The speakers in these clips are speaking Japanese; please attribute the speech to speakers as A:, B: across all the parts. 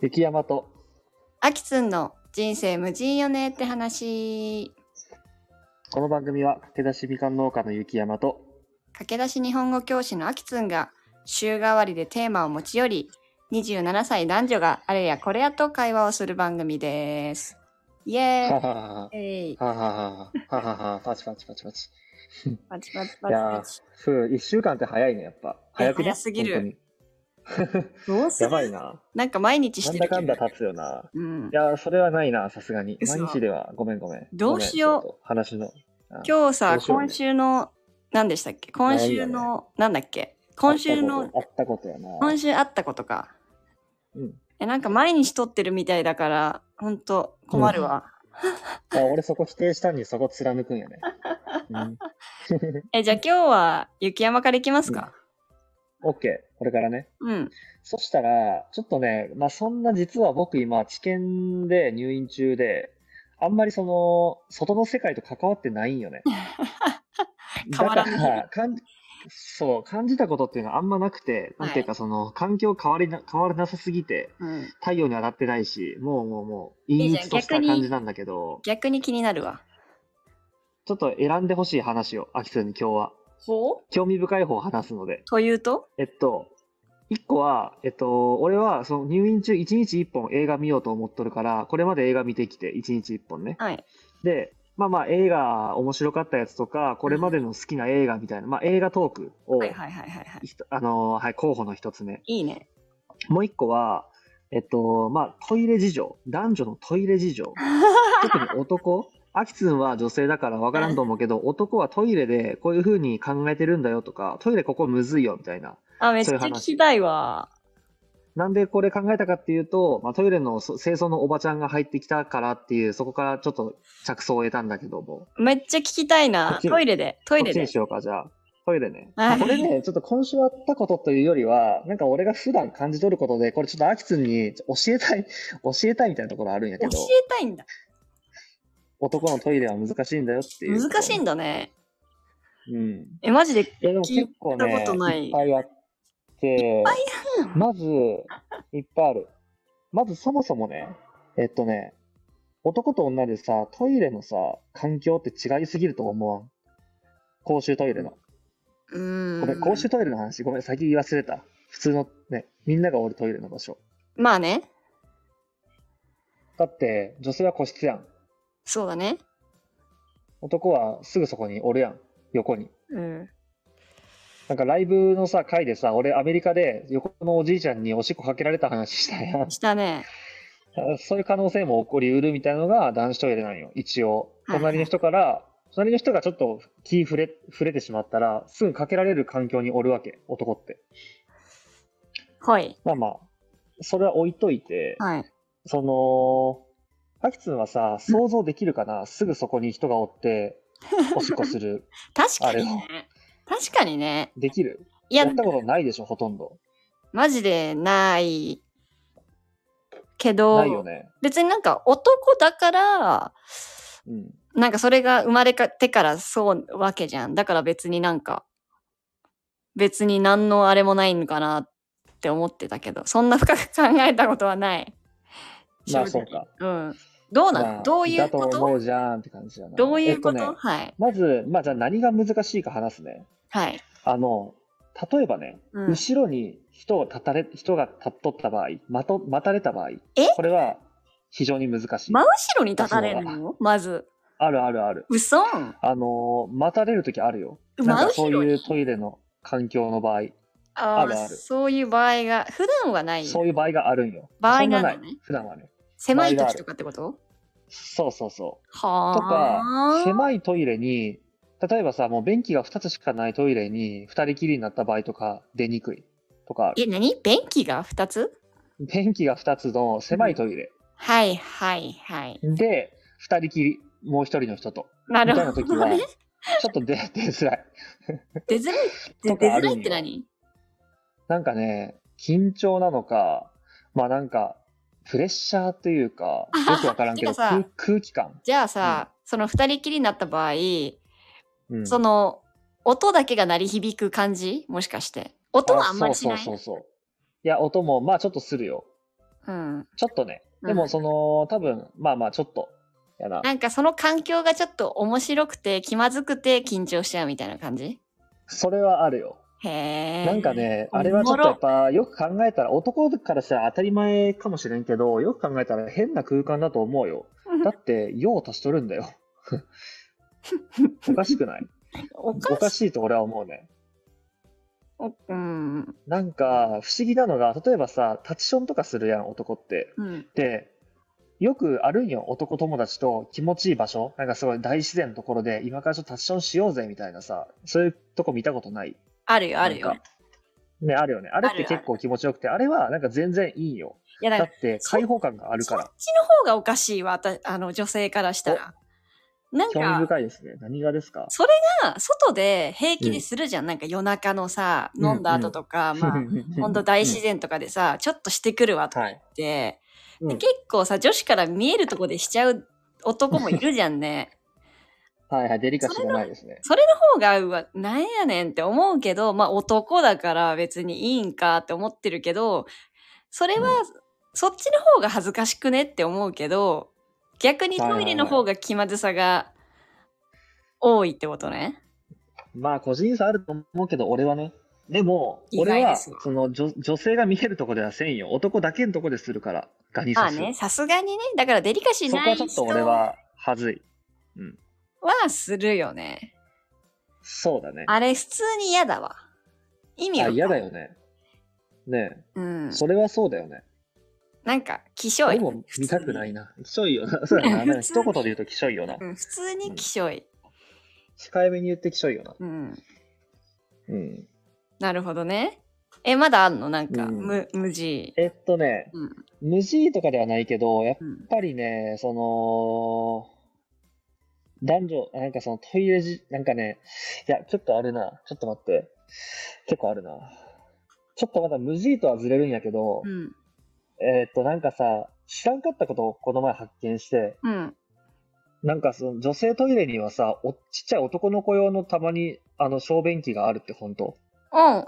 A: 激山と
B: あきつんの人生無人よねって話。
A: この番組は駆け出しみかん農家の雪山と
B: 駆け出し日本語教師のあきつんが週替わりでテーマを持ち寄り、27歳男女があれやこれやと会話をする番組です。イ
A: は
B: エ
A: ははは
B: ー イ。
A: ははははははパチパチパチパチ
B: パチパ
A: い
B: チ
A: や
B: パ
A: ー
B: チ
A: そう一週間って早いねやっぱ早くね
B: 早すぎる
A: 本当に
B: パチ。どうす
A: や
B: る
A: ばいな
B: なんか毎日し
A: なん
B: て
A: だ
B: る
A: か
B: け
A: ん
B: ど
A: だ。経つよな
B: うん
A: い。やーそれはないなさすがに
B: 嘘
A: 毎日ではごめんごめん
B: どうしよう
A: ごめんちょっと話の
B: 今日
A: ど
B: さ
A: う、しようね
B: 今週の、何でしたっけ今週の、なんだっけ今週の、
A: あったことやな
B: 今週あったことか。
A: うん
B: え、なんか毎日撮ってるみたいだから、ほんと困るわ。
A: あ俺そこ否定したのにそこ貫くんよね、うん、
B: え、じゃあ今日は雪山から行きますか、
A: オッケーこれからね
B: うん、
A: そしたら、ちょっとね、まあ、そんな実は僕今、治験で入院中で、あんまりその、外の世界と関わってないんよね。
B: 変わら
A: だ
B: ない
A: からかんそう、感じたことっていうのはあんまなくて、
B: はい
A: なんていうかその、環境変わりな、変わらなさすぎて、
B: うん。
A: 太陽に当たってないし、もうもうもう、
B: い
A: 陰
B: いじゃん
A: 鬱とした
B: 逆に
A: 感じなんだけど、
B: 逆に気になるわ。
A: ちょっと選んでほしい話を、アキさんに今日は。
B: ほう
A: 興味深い方を話すので。
B: というと
A: えっと、一個は、えっと、俺はその入院中一日一本映画見ようと思っとるから、これまで映画見てきて、一日一本ね。
B: はい。
A: で、まあまあ映画面白かったやつとか、これまでの好きな映画みたいな、まあ映画トークを、
B: はいはいはいはいはい。
A: ひとあのーはい、候補の一つ目。
B: いい ね。
A: もう一個は、えっと、まあトイレ事情。男女のトイレ事情。特に男。アキツンは女性だから分からんと思うけど、男はトイレでこういう風に考えてるんだよとか、トイレここむずいよみたいな。
B: あ、めっち
A: そうい
B: ゃ
A: う話
B: 聞きたいわ。
A: なんでこれ考えたかっていうと、まあ、トイレのそ清掃のおばちゃんが入ってきたからっていう、そこからちょっと着想を得たんだけども。
B: めっちゃ聞きたい
A: こ
B: な
A: っ。ち
B: トイレで、トイ
A: ど
B: レ
A: っち
B: で
A: に。しようか、じゃあ。トイレね。
B: はい
A: これね、ちょっと今週あったことというよりは、なんか俺が普段感じ取ることで、これちょっとアキツンに教えたい、 教えたいみたいなところあるんや
B: 教
A: け
B: え
A: ど、
B: たいんだ。
A: 男のトイレは難しいんだよっていう。
B: 難しいん
A: だ。
B: だね。
A: うん。
B: え、マジで。
A: いやでも結構
B: 聞い
A: ね、
B: たことない
A: っぱいあって、まず、いっぱいある。まずそもそもね、えっとね、男と女でさ、トイレのさ、環境って違いすぎると思わん。公衆トイレの。
B: うーん。
A: ごめん、公衆トイレの話、ごめん、先言い忘れた。普通のね、みんながおるトイレの場所。
B: まあね。
A: だって、女性は個室やん。
B: そうだね。
A: 男はすぐそこにおるやん。横に。
B: うん。
A: なんかライブのさ、回でさ、俺アメリカで横のおじいちゃんにおしっこかけられた話したやん。
B: したね。
A: そういう可能性も起こりうるみたいなのが男子トイレなんよ、一応。
B: はい
A: 隣の人から、隣の人がちょっと気触れ触れてしまったら、すぐかけられる環境におるわけ、男って。
B: はい。
A: まあまあ、それは置いといて、
B: はい。
A: その、アキツンはさ、想像できるかな、すぐそこに人がお って、おしっこする。
B: 確かに
A: あ
B: ね。確かにね。
A: できる
B: い
A: や
B: や、
A: ったことないでしょ、ほとんど。
B: マジでないけど、
A: ないよね。
B: 別になんか男だから、
A: うん。
B: なんかそれが生まれてからそうわけじゃん。だから別になんか、別に何のあれもないのかなって思ってたけど、そんな深く考えたことはない。
A: まあ、
B: 正
A: そ
B: 直
A: うか。
B: うん。どうなの、
A: まあ
B: どういうこ
A: だと
B: と
A: 思うじゃんって感じだな。
B: どういうこと、
A: えっとね、
B: はい。
A: まず、まあ、じゃあ何が難しいか話すね。
B: はい。
A: あの、例えばね、
B: うん、
A: 後ろに人を立たれ、人が立っとった場合、待と、待たれた場合、
B: え
A: これは非常に難しい。
B: 真後ろに立たれる
A: 私
B: のまず。
A: あるあるある。
B: 嘘
A: あのー待たれるときあるよ。
B: 真
A: なんかそ
B: 後
A: う
B: ろに
A: いうトイレの環境の場合、
B: あ
A: あるある
B: あ、そういう場合が、普段はない。
A: そういう場合があるんよ。
B: 場合
A: そん
B: な
A: な
B: のね
A: ない。普段はね。
B: 狭い
A: 場合があ
B: 時
A: る
B: とかってこと
A: そうそうそう。
B: はあ。
A: とか、狭いトイレに、例えばさ、もう便器が2つしかないトイレに2人きりになった場合とか出にくいとかある、
B: え、何便器が2つ
A: 便器が2つの狭いトイレ
B: はいはいはい。
A: で2人きり、もう1人の人と。
B: な
A: み
B: る
A: たいな
B: ほ
A: 時
B: ど
A: は、
B: ね
A: ち。ょっと出出づらい。
B: 出づらいって、出
A: とかあ
B: づ
A: る
B: ら
A: んよ
B: いって何
A: なんかね、緊張なのか、まあなんか、プレッシャーというか、よくわからんけど、
B: てかさ
A: 空空気感、
B: じゃあさ、その2人きりになった場合、
A: うん
B: その音だけが鳴り響く感じもしかして。音はあんまりしない。
A: そうそうそうそう。いや、音も、まあちょっとするよ。
B: うん。
A: ちょっとね。
B: うん
A: でもその、多分、まあまあちょっと、やな。
B: なんかその環境がちょっと面白くて気まずくて緊張しちゃうみたいな感じ
A: それはあるよ。
B: へえ。
A: なんかね、
B: お
A: あ
B: もろ
A: れはちょっとやっぱ、よく考えたら、男からしたら当たり前かもしれんけど、よく考えたら変な空間だと思う よ。だって、用足しとるんだよ。おかしくない
B: お
A: お
B: か
A: か
B: しい。
A: しいと俺は思うね。
B: おうん。
A: なんか、不思議なのが、例えばさ、タッチションとかするやん、男って。
B: うん。
A: で、よくあるんよ、男友達と気持ちいい場所。なんかすごい大自然のところで、今からちょっとタッチションしようぜ、みたいなさ、そういうとこ見たことない。
B: あるよ、あるよ
A: なん。か。ね、あるよね。あれって結構気持ちよくて、あれはなんか全然いいよ。
B: いや、だ
A: だ
B: から
A: っ、て
B: そ
A: 開放感がある
B: そ
A: か
B: っち
A: ら。
B: の方がおかしいわ、あたあの、女性からしたら。なん
A: 興味
B: か、
A: 深いですね。何がですか
B: それが外で平気でするじゃん。なんか夜中のさ、
A: うん
B: 飲んだ後とか、 まあ、ほんと大自然とかでさ、ちょっとしてくるわとか言って、
A: うんはい
B: で結構さ、女子から見えるとこでしちゃう男もいるじゃ んね。
A: うんはいはい、デリカシーがないですね。
B: それの方が合うわ、なんやねんって思うけど、まあ男だから別にいいんかって思ってるけど、それは、
A: う
B: そっちの方が恥ずかしくねって思うけど、逆にトイレの方が気まずさが多いってことね。
A: まあ、個人差あると思うけど、俺はね。でも、
B: 意外
A: 俺
B: で
A: は、
B: すね
A: その女、女性が見えるとこではせんよ。男だけのとこでするから、ガニ
B: まあ
A: 刺し。
B: ね、さすがにね、だからデリカシー
A: そこ
B: な
A: はいちょ
B: 人
A: っと俺は、はずい。
B: はするよね。
A: そうだね。
B: あれ普通に嫌だわ。意味
A: あ
B: は
A: 嫌だよね。ね
B: うん
A: え、。それはそうだよね。
B: なんか、気性
A: で
B: い。。
A: も、見たくないいな。きしょいよな。そうだな。なんか
B: 普
A: 一
B: 通に
A: 言で言うときしょいよな。
B: うん、普通に気性い。
A: 控えめに言ってきしょいよな。
B: うん。
A: うん。
B: なるほどね。え、まだあんのなんか、
A: うん
B: む無地。
A: えっとね、
B: うん
A: 無事とかではないけど、やっ
B: うん。
A: ぱりね、その、男女、なんかそのトイレじ、なんかね、いや、ちょっとあるな。ちょっと待って。結構あるな。ちょっとまだ無事とはずれるんやけど、
B: うん。
A: えーっと、なんかさ、知らんかったことをこの前発見して、
B: うん。
A: なんかその女性トイレにはさ、おちっちゃい男の子用のたまにあの小便器があるって本当。
B: うん。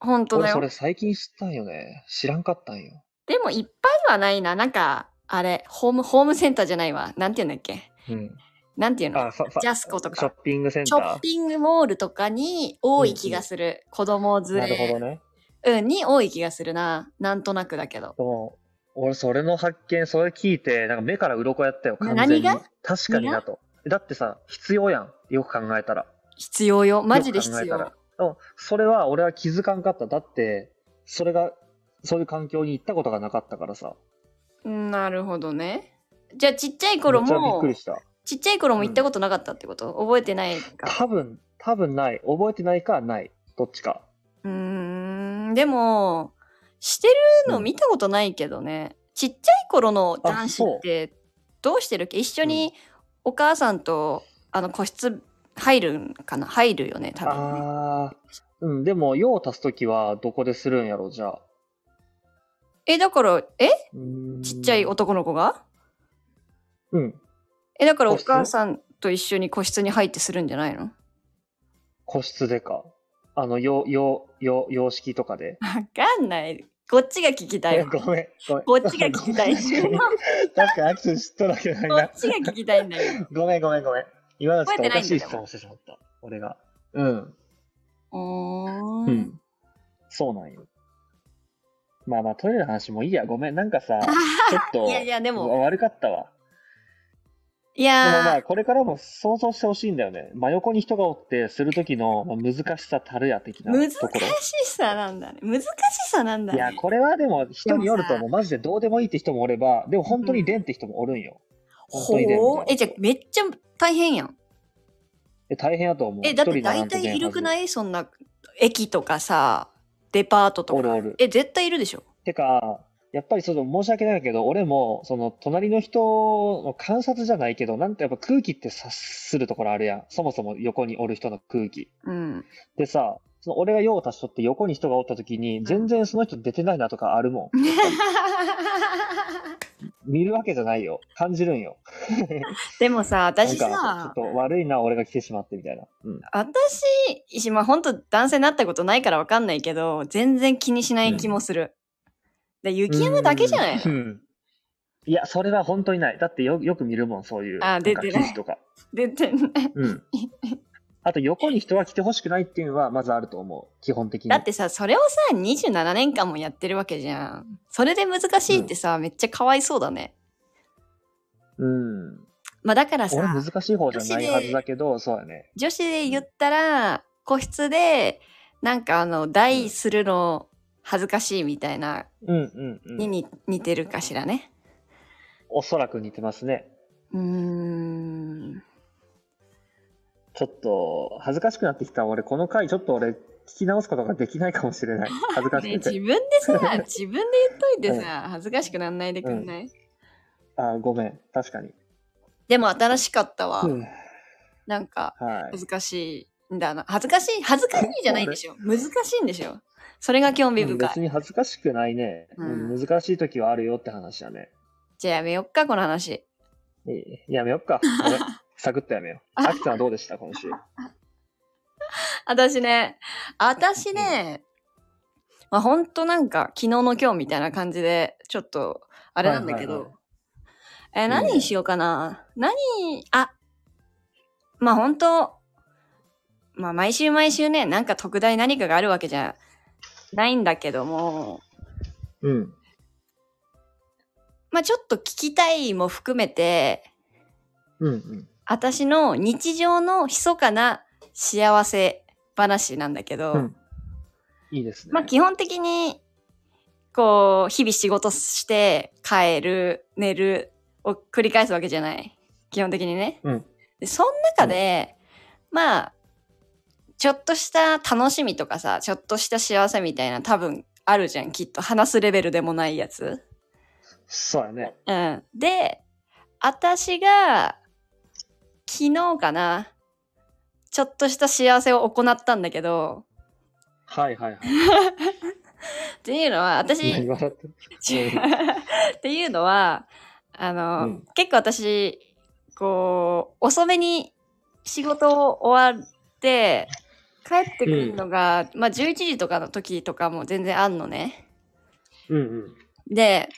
B: ほんとだ
A: 俺そ
B: よ
A: れ。最近知ったんよね。知らんかったんよ。
B: でも、いっぱいはないな。なんか、あれ、ホーム、ホームセンターじゃないわ。なんて言うんだっけ
A: うん。
B: なんて言うの
A: あ、ファファ
B: ジャスコとか
A: ショッピングセン
B: シ
A: タ
B: ョ
A: ー
B: ッ。ピングモールとかに多い気がする。子供連
A: なる
B: れ。
A: ほどね。
B: うん、に多い気がするな。なんとなくだけど。
A: でも、俺それの発見、それ聞いて、なんか目から鱗やったよ、
B: な
A: 完全に。
B: 何が
A: 確かになと。だってさ、必要やん。よく考えたら。
B: 必要よ。マジで必
A: よく考え
B: 要
A: た。らうんそれは俺は気づかんかった。だって、それが、そういう環境に行ったことがなかったからさ。
B: なるほどね。じゃあ、ちっちゃい頃
A: めっちゃびっ
B: も
A: く、りした。
B: ちっちゃい頃も行ったことなかったってこと、覚えてないか。
A: 多分、多分ない。覚えてないか、ない。どっちか。
B: うーん、でも、してるの見たことないけどね。ちっちゃい頃の男子って、どうしてるっけ一緒にお母さんと、あの、個室入るんかな入るよね、多分ね。
A: ああ。うん、でも、用を足すときは、どこでするんやろ、じゃあ。
B: え、だから、え
A: うーん
B: ちっちゃい男の子が
A: うん。
B: え、だからお
A: 個室
B: 母さんと一緒に個室に入ってするんじゃないの
A: 個室でか。あの、よ、よ、よ、様式とかで。
B: わかんない。こっちが聞きたいわ。
A: ごめん、ごめん。
B: こっちが聞きたい。
A: ごめん 確かに、アクセス知っとるわけない
B: こ
A: な
B: っ。ちが聞きたいんだよ。
A: ごめん、ごめん、ごめん。今のちょっとおかしい質
B: 覚えてないんだでも
A: 問してしまった。俺が。うん。
B: お
A: う
B: ー
A: ん。そうなんよ。まあまあ、トイレの話もいいや。ごめん。なんかさ、ちょっと、
B: いやいや、でも、
A: 悪かったわ。
B: い
A: でもま
B: や
A: あ、これからも想像してほしいんだよね。真横に人がおって、する時のまあ難しさたるや的
B: ー、
A: な
B: 難し
A: ところ。
B: さなんだね。難しさなんだ
A: いや、
B: ね。
A: これはでも人によると
B: でもさ
A: 思う。マジでどうでもいいって人もおれば、でも本当にレンって人もおるんよ。本当にレンみたい
B: ほ
A: な
B: う。え、じゃあめっちゃ大変やん。
A: え大変やと思う。
B: え、だっ
A: 一
B: て
A: 人なら
B: 大
A: んと
B: 体いるく
A: い
B: ないそんな、駅とかさ、デパートと
A: おる
B: か。
A: おる。
B: え、絶対いるでしょ。
A: てか、やっぱりその申し訳ないけど、俺も、その隣の人の観察じゃないけど、なんてやっぱ空気って察するところあるやん。そもそも横におる人の空気。
B: うん。
A: でさ、その俺が用を足しとって横に人がおった時に、全然その人出てないなとかあるもん。見るわけじゃないよ。感じるんよ。
B: でもさ、私
A: なん
B: さ
A: か、ちょっと悪いな、俺が来てしまってみたいな。うん。
B: 私、まあ本当男性になったことないからわかんないけど、全然気にしない気もする。で雪山だけじゃないの
A: うんいや、それは本当にない。だってよよく見るもん、そういう。
B: あ
A: なん
B: 出
A: か
B: て
A: 記
B: ない
A: 事とか。
B: 出てない。
A: うん。あと、横に人は来てほしくないっていうのは、まずあると思う。基本的に。
B: だってさ、それをさ、27年間もやってるわけじゃん。それで難しいってさ、めっちゃかわいそうだね。
A: うん。
B: まあだから
A: 俺、
B: さ、
A: 難しい方じゃないはずだけど、そうだね。
B: 女子で言ったら、個室で、なんかあの、台するの恥ずかしいみたいな、
A: うんうんう
B: に
A: ん。
B: に似てるかしらね。
A: おそらく似てますね。
B: うーん。
A: ちょっと、恥ずかしくなってきた。俺、この回、ちょっと俺、聞き直すことができないかもしれ ない。恥ずか
B: ね、
A: しく
B: 自
A: て。
B: 分でさ、自分で言っといてさ、恥ずかしくなんないでくんない、
A: あ、ごめん。確かに。
B: でも新しかったわ。
A: うん。
B: なんか、
A: はい
B: 恥。ずかしいんだな。恥ずかしい恥ずかしいじゃないん でしょ。難しいんでしょ。それが興味
A: うん
B: 深い。
A: 別に恥ずかしくないね。
B: うん
A: うん難しい時はあるよって話だね。
B: じゃあやめよっか、この話。
A: いいやめよっ か。俺サクッとやめよう。あきさんはどうでした今週。
B: 私ね、私ね、まあ、ほんとなんか、昨日の今日みたいな感じで、ちょっと、あれなんだけど、
A: はいはい
B: えー何にしようかな。何、あ、まあほんと、まあ毎週毎週ね、なんか特大何かがあるわけじゃないんだけども、
A: うん。
B: まあちょっと聞きたいも含めて、
A: うんうん。
B: 私の日常の密かな幸せ話なんだけど、
A: うんいいですね。
B: まあ基本的に、こう、日々仕事して、帰る、寝るを繰り返すわけじゃない。基本的にね。
A: うん
B: でその中で、まあ、ちょっとした楽しみとかさ、ちょっとした幸せみたいな多分あるじゃん、きっと。話すレベルでもないやつ。
A: そうやね。
B: うん。で、私が、昨日かな、ちょっとした幸せを行ったんだけど、
A: はいはいはい。
B: っていうのは、私、
A: 何笑ってる
B: 違う っていうのはあの、
A: うん
B: 結構私こう遅めに仕事を終わって帰ってくるのが、まあ11時とかの時とかも全然あんのね。
A: うん
B: で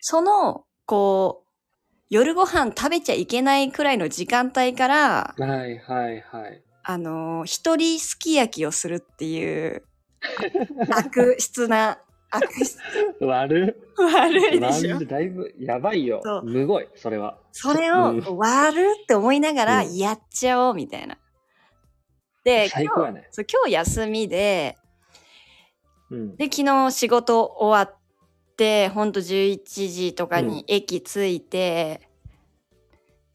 B: そのこう夜ご飯食べちゃいけないくらいの時間帯から
A: うん。はいはいはい。
B: あの一人すき焼きをするっていう悪 質な悪質
A: 悪
B: 悪
A: い。
B: いでしょ
A: 悪いだいぶやばいよ
B: そ。う
A: むごい、それは。
B: それ
A: うん
B: を割るって思いながら
A: うん
B: やっちゃおうみたいな。で
A: 最高
B: 今
A: や
B: 日,、
A: ね。
B: そう今日休みで
A: うん。
B: で昨日仕事終わってほんと11時とかに駅着いて、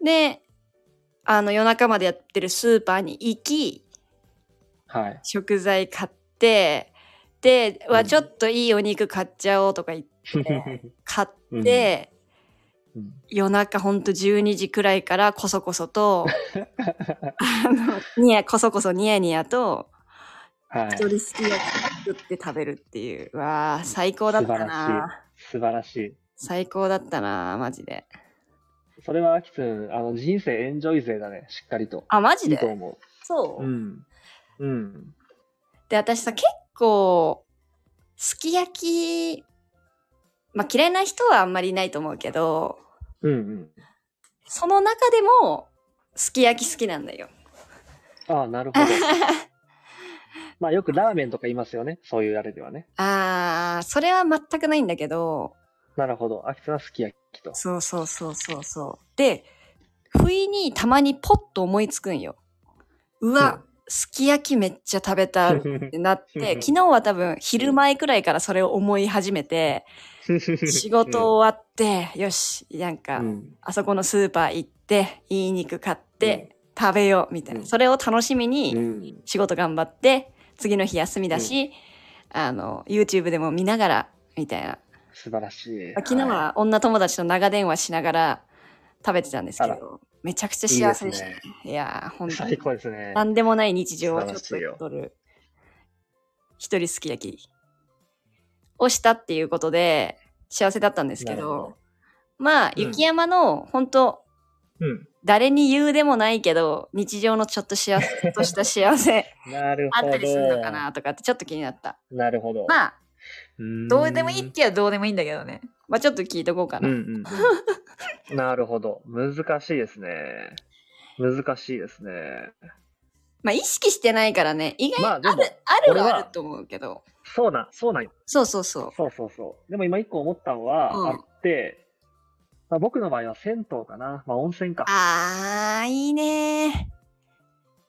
B: であの夜中までやってるスーパーに行き
A: はい。
B: 食材買ってで、う
A: う
B: わ
A: ん
B: ちょっといいお肉買っちゃおうとか言って買って、
A: うん
B: 夜中ほんと12時くらいからこそこそとあのニヤこそこそニヤニヤと
A: は
B: 一
A: い。
B: 人すき焼き作って食べるっていうわあ最高だった
A: 素晴ら
B: な
A: 素晴らしい。
B: 最高だったなマジで
A: それはあきつん、あの人生エンジョイ勢だね、しっかりと。
B: あマジ
A: いい
B: で
A: と思
B: そう、
A: う。うん。うん。
B: で私さ結構すき焼きまあ嫌いな人はあんまりいないと思うけど
A: うんうん。
B: その中でもすき焼き好きなんだよ
A: ああ、なる ほど。まあよくラーメンとか言いますよね。そういうあれではね。
B: あーそれは全くないんだけど
A: なるほど。秋田はすき焼きと。
B: そうそうそうそうそう。で、不意にたまにポッと思いつくんよ。うわ、すき焼きめっちゃ食べたってなって、昨日は多分昼前くらいからそれを思い始め て、仕
A: 仕を。
B: 事終わって、よし、なんか、
A: うん
B: あそこのスーパー行って、いい肉買って、食べよう、みたいな。
A: うん
B: それを楽しみ
A: う
B: に
A: ん
B: 仕事頑張って、次の日休みだし、あの、YouTube でも見ながら、みたいな。
A: 素晴らしい。
B: 昨日
A: い
B: は女友達と長電話しながら食べてたんですけ
A: あ
B: ど、めちゃくちゃ幸せでした
A: いい
B: ね
A: で。
B: いやー、本当
A: 最
B: に。
A: 高ですね。
B: なんでもない日常をちょっ
A: 素晴らしいよ
B: と撮る、一人すき焼きをしたっていうことで、幸せだったんですけ
A: なる
B: ど、
A: ほど
B: まあ、
A: うん
B: 雪山の、本当
A: うん。
B: 誰に言うでもないけど、日常のちょっと幸せ、ちょっとした幸せ
A: なる
B: あ
A: ほど
B: ったりするのか。なとかってちょっと気になった。
A: なるほど。
B: まあ、
A: うん
C: どうでもいいって言えばどうでもいいんだけどね。
B: まあちょっと聞いとこうか
A: うん
B: な。
A: うんうん、 なるほど。難しいですね。難しいですね。
B: まあ意識してないからね、意外に
A: ま
B: あ
A: あ
B: る
A: でも、
B: ある
A: 俺は
B: はあると思うけど。
A: そうな、そうなんよ
B: そうそうそ
A: そうそうそう。でも今一個思ったのは、
B: うん
A: あって、まあ、僕の場合は銭湯かな。まあ温泉か
B: う。。あー、いいね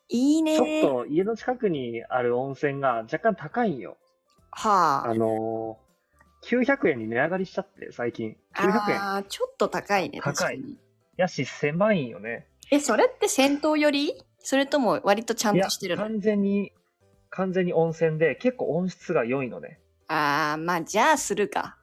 B: いいね
A: ちょっと家の近くにある温泉が若干高いんよ。
B: はあ。
A: あのー、900円に値上がりしちゃって、最近。900円。
B: あーちょっと高いね。
A: 高い
B: 確かに
A: やし、狭いんよね。
B: え、それって戦闘よりそれとも割とちゃん
A: い
B: と
A: や
B: してる、の
A: 完全に、完全に温泉で、結構温室が良いのね。
B: あー、まあじゃあするか。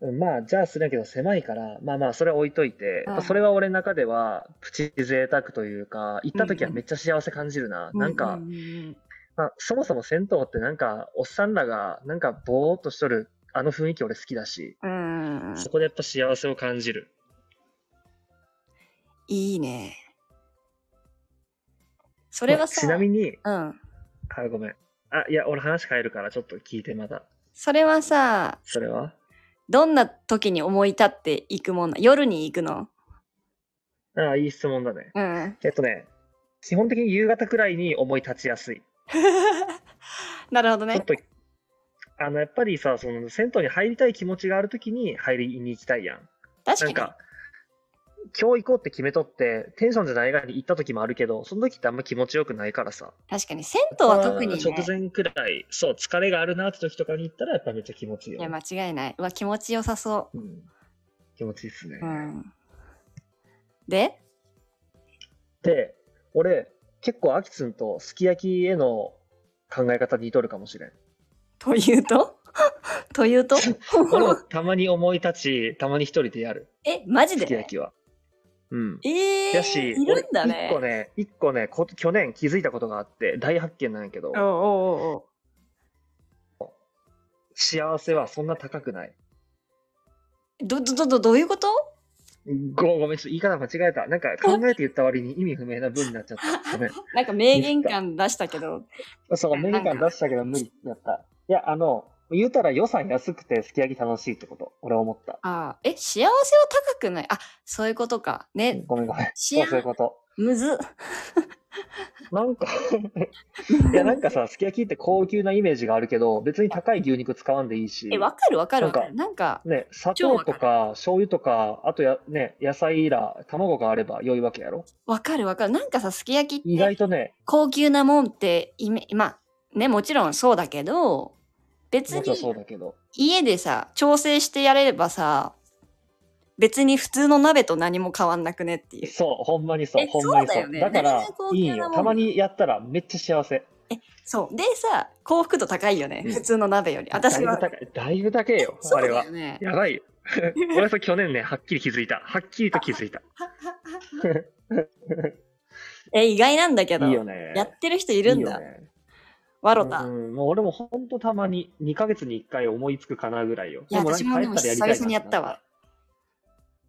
A: うんまあ、じゃあするけど狭いから、まあまあ、それは置いといて、
B: うん
A: それは俺の中では、プチ贅沢というか、行った時はめっちゃ幸せ感じるな。なんか、
B: うううん
A: まあ、そもそも銭湯ってなんか、おっさんらが、なんか、ぼーっとしとる、あの雰囲気俺好きだし、
B: うん、うんうん
A: そこでやっぱ幸せを感じる。
B: いいね。それは
A: まあ
B: さ、
A: ちなみに、
B: うん。
A: あ、ごめん。あ、いや、俺話変えるから、ちょっと聞いてまた。
B: それはさ、
A: それは
B: どんな時に思い立っていくもんな夜に行くの
A: ああ、いい質問だね。
B: うん。
A: えっとね、基本的に夕方くらいに思い立ちやすい。
B: なるほど
A: ちょっ
B: ね。
A: と、あの、やっぱりさ、その、銭湯に入りたい気持ちがあるときに入りに行きたいやん。
B: 確か
A: な
B: に。
A: んか、今日行こうって決めとって、テンションじゃない側に行った時もあるけど、その時ってあんま気持ちよくないからさ。
B: 確かに。銭湯は特に、
A: あー直前
B: ね、
A: くらい、そう、疲れがあるなって時とかに行ったら、やっぱめっちゃ気持ちいい
B: い
A: よ。
B: や、間違いない。うわ、気持ちよさそ
A: うん、気持ちいいっすね。
B: う。うん。で
A: で、俺、結構アキツンとすき焼きへの考え方に似とるかもしれん。
B: というと というと
A: 俺もたまに思い立ち、たまに一人でやる、
B: え、マジ
A: すき焼
B: で
A: きは。うん。
B: え
A: やし、
B: ー、いるんだ
A: 俺一個
B: ね。
A: ね、一個ねこ、去年気づいたことがあって、大発見なんやけど
B: おう、おうおうおう
A: 幸せはそんな高くない。
B: ど、ど、ど、どどういうこと
A: ごごめん、ちょっと言い方間違えた。なんか考えて言った割に意味不明な文になっちゃ った。ごめん。
B: なんか名言感出したけど。
A: そう、メニュー感出したけど無理だった。いや、あの、言うたら予算安くてすき焼き楽しいってこと、俺思った。
B: ああ、え、幸せは高くないあ、そういうことか。ね、
A: ごめんごめん。
B: 幸
A: そう
B: せ
A: そういうこと。
B: むず。
A: なんか、いや、なんか さ、すき焼きって高級なイメージがあるけど、別に高い牛肉使わんでいいし
B: え、、わかるわかるわか
A: な
B: る。なんか、
A: ね、砂
B: 超
A: 糖
B: わか
A: と
B: る
A: か醤油とか、あとや、ね、野菜ら、卵があれば良いわけやろ。
B: わかるわかる。なんかさ、すき焼き
A: 意
B: って
A: 外とね、
B: 高級なもんってイメ、まあ、ね、もちろんそうだけど、別
A: もちろんそう
B: に
A: だけど。
B: 家でさ、調整してやれればさ、別に普通の鍋と何も変わんなくねっていう。
A: そう、ほんまにそ
B: え
A: う、ほんまに
B: そうだ
A: そ
B: よ
A: う。
B: ね
A: だか
B: 何
A: ら
B: が高、級
A: いい
B: なも
A: よ。
B: ん
A: たまにやったらめっちゃ幸せ。
B: そう。でさ、幸福度高いよね。
A: うん
B: 普通の鍋より。
A: だ
B: 私
A: いぶ
B: は。
A: 高い。だいぶ高いよ、
B: そ
A: あ
B: う
A: れ
B: だ
A: は
B: よ。ね。
A: や ばいよ。俺さ、去年ね、はっきり気づいた。はっきりと気づいた。
B: え、意外なんだけど。
A: いいよね。
B: やってる人いるん
A: いいよ
B: だ。
A: ね
B: わろた。
A: うん、もう俺もほんとたまに、2ヶ月に1回思いつくかなぐらいよ。
B: いや、
A: でなん
B: 私
A: か
B: もでも
A: 帰
B: 久
A: らりたいな
B: 々にやったわ。。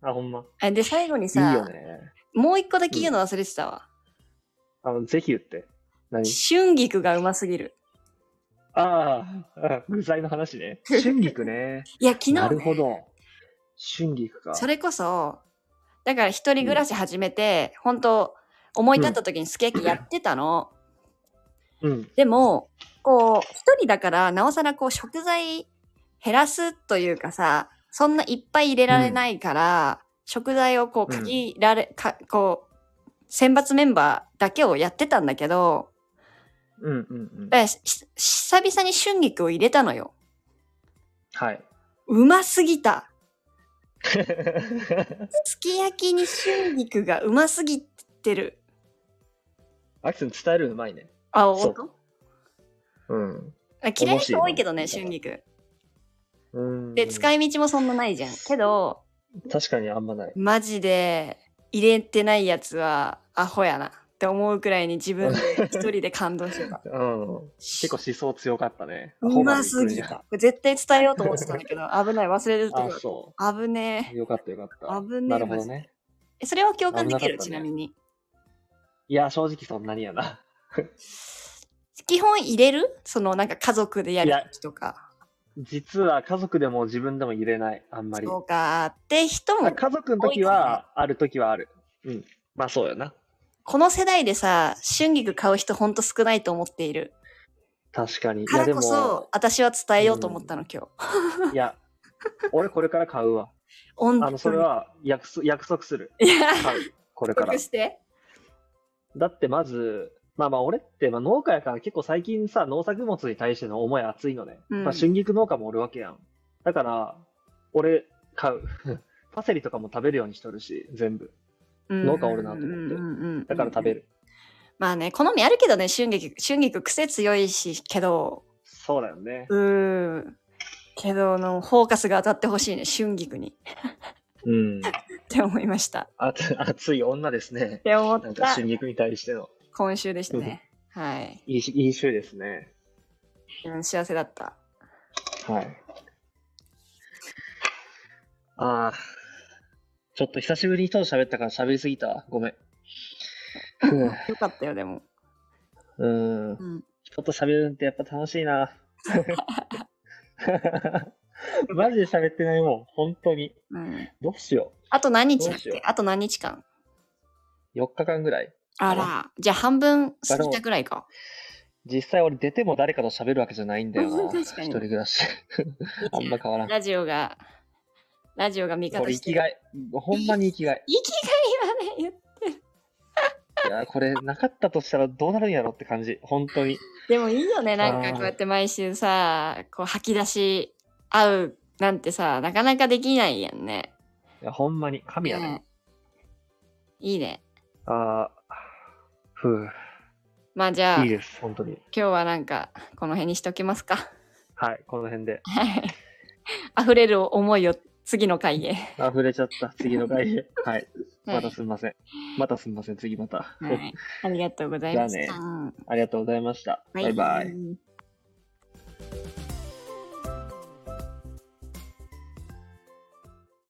A: あ、ほんま。
B: えで、最後に
A: いいよ
B: さ、
A: ね。
B: もう一個だけ言うの忘れてたわ。
A: あの、ぜひ言って。何
B: 春菊がうますぎる。
A: ああ、具材の話 ね。春菊ね。
B: いや、昨日、
A: なるほど。春菊か。
B: それこそ、だから一人暮らし始めて、本当思い立った時にすき焼きやってたの。
A: うん。
B: でも、こう、一人だから、なおさらこう、食材減らすというかさ、そんないっぱい入れられないから、食材をこう、
A: うん
B: 限られ、か、こう、選抜メンバーだけをやってたんだけど、
A: うんうんうん。
B: だからしし久々に春菊を入れたのよ。
A: はい。
B: うますぎた。すき焼きに春菊がうますぎてる。
A: アキさん伝えるのうまいね。
B: あ、
A: そう
B: 音
A: うん。
B: あ嫌いな人多いけどね、
A: 面白い
B: 春菊。
A: うん。
B: で、使い道もそんなないじゃん。けど、
A: 確かにあんまない。
B: マジで入れてないやつはアホやなって思うくらいに自分で一人で感動してた。
A: うん。 結構思想強かったね。
B: うますぎ
A: アホが
B: た。絶対伝えようと思ってたんだけど、危ない、忘れると
A: びっくり
B: こ
A: した。あ、そ
B: ろ。危ね
A: う。よかったよかった。
B: 危ねえ
A: なるほどね。
B: え。それは共感できる、
A: 危なかった
B: ち
A: ね
B: なみに。
A: いや、正直そんなにやな。
B: 基本入れるそのなんか家族でやる
A: いや
B: 時とか。
A: 実は家族でも自分でも入れない、あんまり。
B: そうか。って人も
A: あ、家族の時は、ある時はある。うん。まあそうよな。
B: この世代でさ、春菊買う人ほんと少ないと思っている。
A: 確かに。い
B: か
A: や
B: ら
A: で
B: こ
A: も
B: そ、、私は伝えようと思ったの、今日。
A: いや、俺これから買うわ。
B: 本当
A: あ
B: に
A: の、それ。は約束約束する。
B: いや、
A: 買う。これ から
B: 隠。して。
A: だってまず、まあまあ俺って、まあ、農家やから結構最近さ、農作物に対しての思い熱いのね。
B: うん
A: まあ春菊農家もおるわけやん。だから、俺買う。 パセリとかも食べるようにしとるし、全部。農家おるなと思って
B: て
A: だから食べる。
B: まあね、好みあるけどね、春菊、春菊癖強いし、けど、
A: そうだよね。
B: うーん。けど、あの、フォーカスが当たってほしいね、春菊に。
A: うん。
B: って思いました。っ
A: あつ熱い女ですね。
B: て思っ
A: なんか
B: た
A: 春菊に対しての。
B: 今週でしたね。はい。
A: いいし、いい週ですね。
B: うん、幸せだった。
A: はい。ああ。ちょっと久しぶりに人と喋ったから喋りすぎたわ。ごめん。ふ
B: よかったよ、でも。
A: ううん。
B: うん。
A: 人と喋るってやっぱ楽しい な。マジで喋ってないもん。本当に。
B: うん、
A: どうしよ
B: あと何日
A: ど
B: だ
A: う
B: っ
A: しよう
B: けあと何日間
A: う。4日間ぐらい。
B: あら、じゃあ半分過ぎたぐらいか。
A: 実際俺出ても誰かと喋るわけじゃないんだよ な。
B: 確
A: 一
B: かに
A: 人暮らし。あんま変わらん。
B: ラジオが、ラジオが味
A: こ
B: 方
A: れ
B: し
A: 生
B: て
A: き
B: る
A: が。い。ほんまに生きがい。
B: 生きがいはね、
A: いやー、これなかったとしたらどうなるんやろって感じ。本当に。
B: でもいいよね、なんか
A: あー
B: こうやって毎週さ、こう吐き出し合うなんてさ、なかなかできないやんね。
A: いや、ほんまに。神やね。
B: ねいいね。
A: ああ、ふう。
B: まあじゃあ、
A: いい
B: 今
A: です。本当に。
B: 日はなんか、この辺にしときますか。
A: はい。この辺で。
B: はい溢れる思いを次の回へ。
A: 溢れちゃった。次の回 へ。はい。
B: は
A: また
B: い、
A: すみません。またすみません。次また。
B: はいありがとうございました。
A: ありがとうございました。バイバイ。
B: イ。